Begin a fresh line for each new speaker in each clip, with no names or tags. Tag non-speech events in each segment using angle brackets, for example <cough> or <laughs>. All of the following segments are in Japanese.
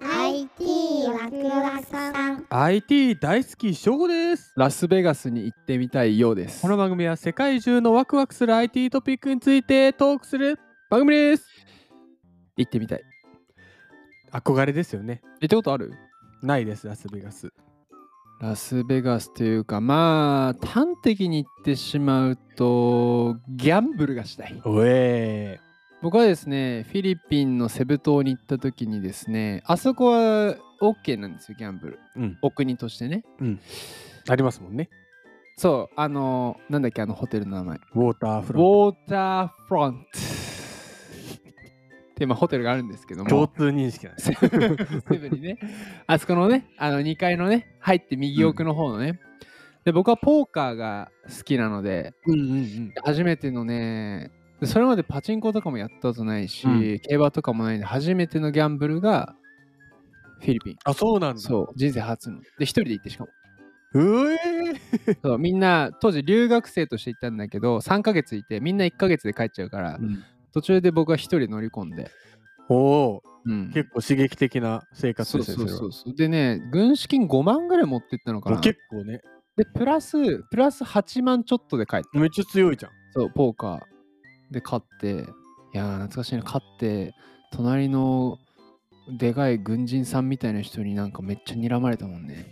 IT ワクワクさん
IT 大好き翔です
ラスベガスに行ってみたいようです
この番組は世界中のワクワクする IT トピックについてトークする番組です
行ってみたい
憧れですよね
行ったことある
ないですラスベガス
ラスベガスというかまあ端的に言ってしまうとギャンブルがしたい
おえ
僕はですねフィリピンのセブ島に行った時にですねあそこは OK なんですよギャンブル
うん
お国としてね
ありますもんね
そうあのなんだっけあのホテルの名前
ウォーター
ウ
フロン
ォーターフ <laughs> ロントってまあホテルがあるんですけど
ト共
も
通認識なんです
セブンセブンにねあそこのねあの2階のね入って右奥の方のね、で僕はポーカーが好きなので
うんうんうん
初めてのねそれまでパチンコとかもやったことないし、
うん
競馬とかもないんで初めてのギャンブルがフィリピン
あそうなんだ
そう人生初ので一人で行っ
<laughs>
てしかも
うえ
そうみんな当時留学生として行ったんだけど3ヶ月いてみんな1ヶ月で帰っちゃうから、途中で僕は一人乗り込んで、
おお
うん、
結構刺激的な生活
そ
で
う
す
そ
ね
うそうそうでね軍資金5万ぐらい持ってったの
そ
か
れは
な
もう結構ね
でプラスプラス8万ちょっとで帰った
めっちゃ強いじゃん
そうポーカーで勝っていやー懐かしいな勝って隣のでかい軍人さんみたいな人になんかめっちゃ睨まれたもんね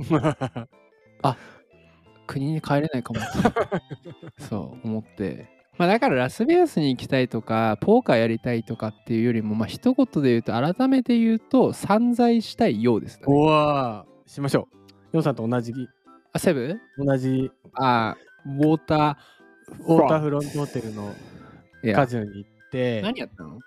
<laughs>
国に帰れないかもってそう思ってまあだからラスベガスに行きたいとかポーカーやりたいとかっていうよりもまあ一言で言うと改めて言うと散財したいようです、ね、
おわーしましょうヨンさんと同じ
あセブン
同じ
あーウォータ
ウォーターフロントホテルの
ーいや
カジノに行って
何やったの
こ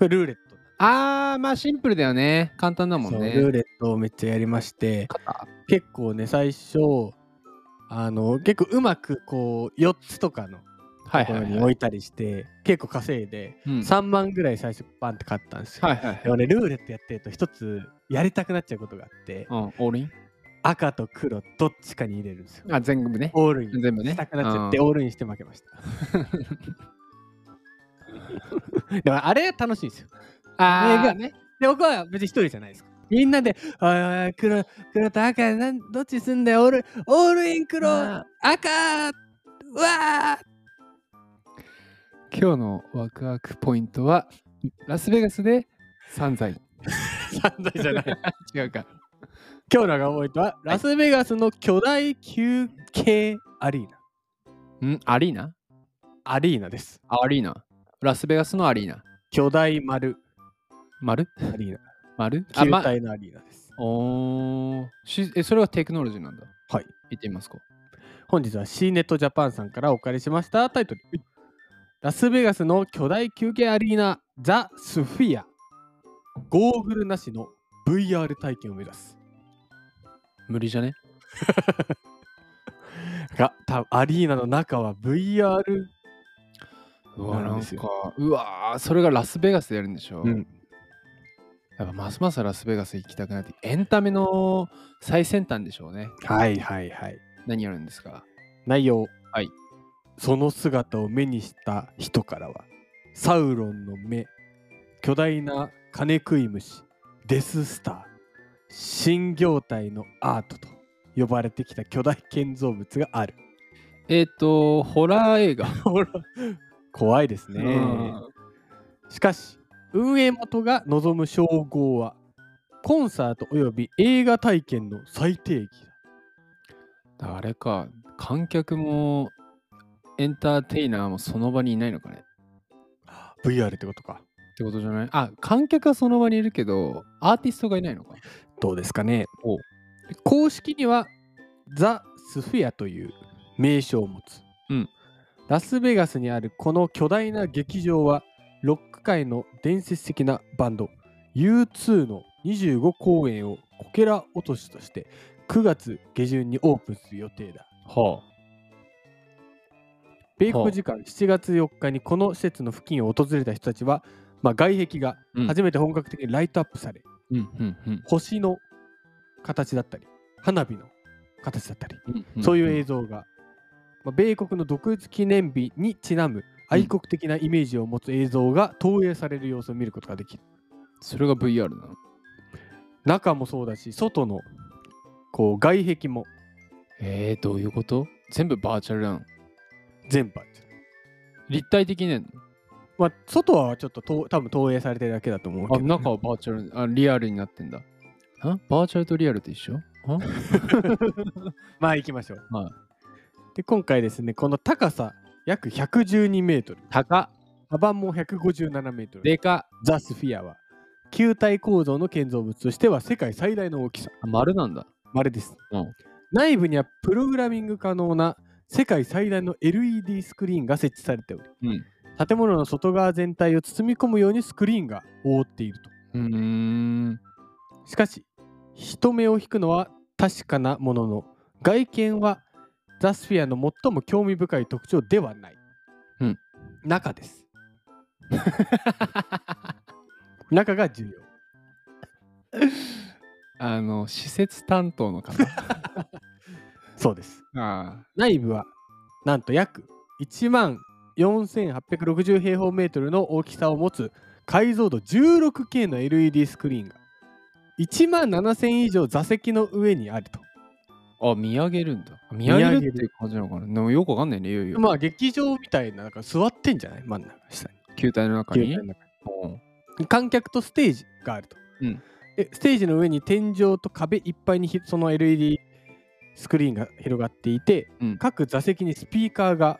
れルーレット
あーまあシンプルだよね簡単だもん
そう
ね
ルーレットをめっちゃやりまして
勝った
結構ね最初あの結構うまくこう4つとかの
はい
とこ
は
ろ
い
に
は
置
い
いたりして結構稼いで
うん
3万ぐらい最初バンって買ったんですよ。
はいはいはい
でもねルーレットやってると一つやりたくなっちゃうことがあって
うん、オールイン
赤と黒どっちかに入れるんですよ。
あ、全部ね。
オールイン
全部ね。
したくなっちゃって
うん
オールインして負けま
<laughs>
した。でもあれ楽しいんですよ。
あ
映
ー
画
ね。
で僕は別に一人じゃないですからみんなで「おいおいおい黒黒と赤なんどっちすんだよオールオールイン黒
あ
赤うわー
今日のワクワクポイントは、ラスベガスで散財。
散々じゃない
違うか。
<laughs> 今日のが覚えたはラスベガスの巨大休憩アリーナ
んアリーナ
アリーナです
アリーナ。ラスベガスのアリーナ。
巨大丸
丸
アリーナ
丸あ、
球
ま。
体のアリーナです、
おーしえ、それはテクノロジーなんだ。
はい
行ってみますか。
本日は C ネットジャパンさんからお借りしましたタイトルラスベガスの巨大休憩アリーナザ・スフィアゴーグルなしの VR 体験を目指す
無理じゃね
が多分アリーナの中は VR
うわ、
な
なんん
で
か
すよ、
うわー、それがラスベガスでやるんでしょ。
うん
やっぱますますラスベガス行きたくなって、エンタメの最先端でしょうね。
はいはいはい
何やるんですか
内容
はい
その姿を目にした人からはサウロンの目巨大な金食い虫デススター新業態のアートと呼ばれてきた巨大建造物がある
えっ、と、ホラー映
<laughs>
画。
ほら怖いですねしかし運営元が望む称号はコンサートおよび映画体験の最定義だ
あれか、観客もエンターテイナーもその場にいないのかね。
VR ってことか
ってことじゃないあ、観客はその場にいるけど、アーティストがいないのか。
どうですかね
お
公式にはザ・スフィアという名称を持つ、
うん
ラスベガスにあるこの巨大な劇場はロック界の伝説的なバンド U2 の25公演をこけら落としとして9月下旬にオープンする予定だ
は
米国時間7月4日にこの施設の付近を訪れた人たちは、まあ、外壁が
うん
初めて本格的にライトアップされ、
うんうんうん
星の形だったり花火の形だったり
うんうん。
そういう映像が、まあ、米国の独立記念日にちなむ愛国的なイメージを持つ映像が投影される様子を見ることができる。
それが VR なの。
中もそうだし外のこう外壁も
えー、どういうこと全部バーチャルなの
全部あるじゃん
立体的ね
まあ外はちょっとと多分投影されてるだけだと思うけ
あ
ど、
中はバーチャルあリアルになってんだあバーチャルとリアルと一緒あ
まあ行きましょう
まあ
で今回ですねこの高さ約112メートル
高っ
幅も157メートル
でかっ
ザ・スフィアは球体構造の建造物としては世界最大の大きさ
あ丸なんだ
まれです、
うん
内部にはプログラミング可能な世界最大の LED スクリーンが設置されており
うん
建物の外側全体を包み込むようにスクリーンが覆っていると
うーん
しかし人目を引くのは確かなものの外見はザ・スフィアの最も興味深い特徴ではない、
うん
中です <laughs> 中が重要
あの施設担当の <laughs> 方
そうです
あ
内部はなんと約1万4860平方メートルの大きさを持つ解像度 16K の LED スクリーンが1万7000以上座席の上にあると。
あ見上げるんだ見
上げ
上
る
げるっていう感じなのかなでもよくわかんないねいよいよ、
まあ劇場みたいな、なんか座ってんじゃない真ん中下に
球体の中に
球体の中
うん
に。観客とステージがあると。
うん
でステージの上に天井と壁いっぱいにひその LED スクリーンが広がっていて、
うん
各座席にスピーカーが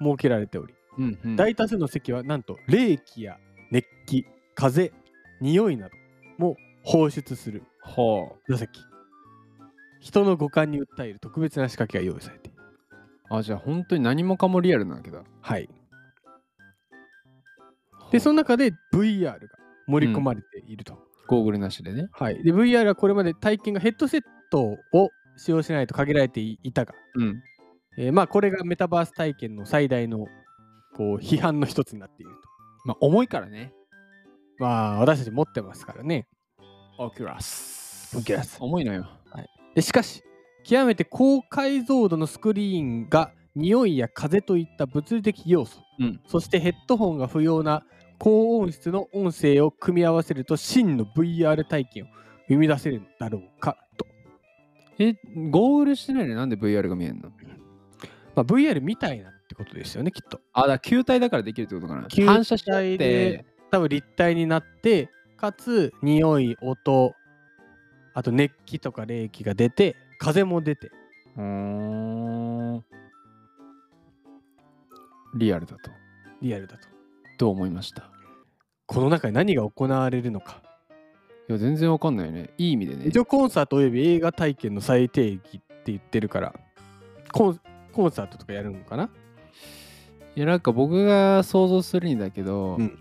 設けられており、
うんうん
大多数の席はなんと冷気や熱気風匂いなども放出する
は
座席人の五感に訴える特別な仕掛けが用意されている
ああじゃあ本当に何もかもリアルなわけだ
はいでその中で VR が盛り込まれていると、
ゴーグルなしでね
はい、で VR はこれまで体験がヘッドセットを使用しないと限られていたが、
うん
えーまあ、これがメタバース体験の最大のこう批判の一つになっている
まあ重いからね
とまあ私たち持ってますからね
オキュラス
オキュラス
重いのよ
でしかし極めて高解像度のスクリーンが匂いや風といった物理的要素、
うん
そしてヘッドホンが不要な高音質の音声を組み合わせると真の VR 体験を生み出せるんだろうかと、
えゴーグルしてないのになんで VR が見えんの
まあ、VR みたいなってことですよねきっと
あだから球体だからできるってことかな
球体で
反射しちゃって
多分立体になってかつ匂い音あと熱気とか冷気が出て風も出て
うーんリアルだと
リアルだと
どう思いました
この中に何が行われるのか
いや全然わかんないねいい意味でね
一応コンサートおよび映画体験の最定義って言ってるからコンコンサートとかやるのかない
やなんか僕が想像するにだけど、
うん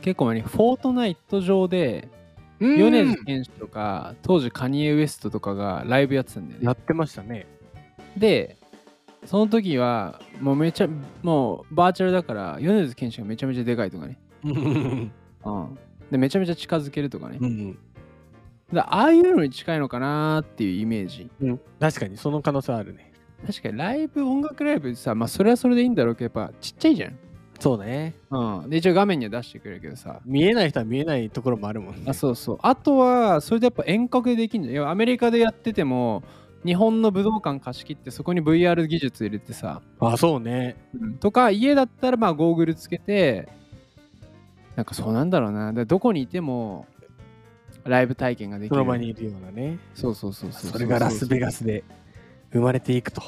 結構前にフォートナイト上で米津玄師とか当時カニエ・ウエストとかがライブやってたんだよね
やってましたね
でその時はもうめちゃもうバーチャルだから米津玄師がめちゃめちゃでかいとかね、
うん
うん、でめちゃめちゃ近づけるとかね、
うん
だからああいうのに近いのかなーっていうイメージ
うん確かにその可能性あるね
確かにライブ音楽ライブってさまあそれはそれでいいんだろうけどやっぱちっちゃいじゃん
そうね
うん、で一応画面には出してくれるけどさ
見えない人は見えないところもあるもんね
あそうそうあとはそれでやっぱ遠隔でできるんじゃん要はアメリカでやってても日本の武道館貸し切ってそこに VR 技術入れてさ、
あそうね
とか家だったらまあゴーグルつけてなんかそうなんだろうなだからどこにいてもライブ体験ができ
そ
る
の場にいるようなね
そうそうそうそう
それがラスベガスで生まれていくと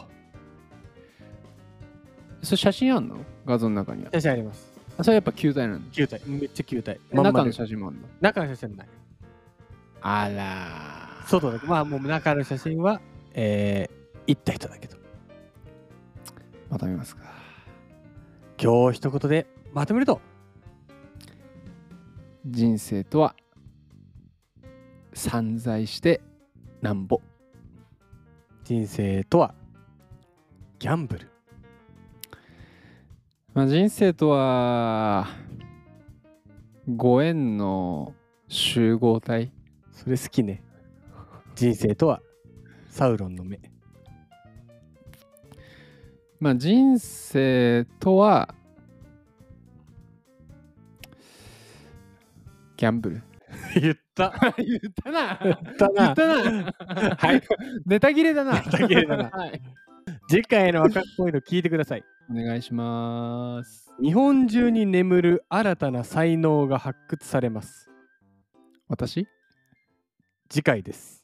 それ写真あんの画像の中には
写真あります
あそれやっぱ球体なの
球体めっちゃ球体まん
中
丸
の写真もあんの
中の写真ない
あらー
外だけまあもう中の写真はえー、行った人だけど
また見ますか
今日一言でまとめると
人生とは散財してなんぼ
人生とはギャンブル
まあ、人生とはご縁の集合体
それ好きね人生とはサウロンの目
まあ人生とはギャンブル
<laughs> 言った。
言ったな。
言った
言っ
な。
たな。
はい。
ネタ切れだな。
ネタ切れだな
<laughs> はい。
次回の赤っぽいの聞いてください。
お願いします。
日本中に眠る新たな才能が発掘されます。
私
次回です。